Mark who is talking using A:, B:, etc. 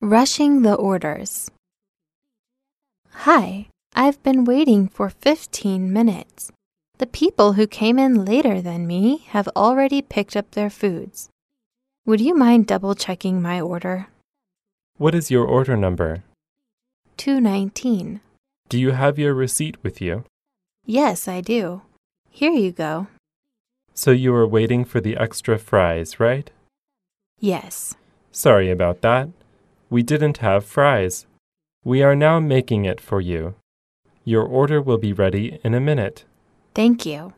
A: Rushing the orders. Hi, I've been waiting for 15 minutes. The people who came in later than me have already picked up their foods. Would you mind double checking my order?
B: What is your order number?
A: 219.
B: Do you have your receipt with you?
A: Yes, I do. Here you go.
B: So you were waiting for the extra fries, right?
A: Yes.
B: Sorry about that. We didn't have fries. We are now making it for you. Your order will be ready in a minute.
A: Thank you.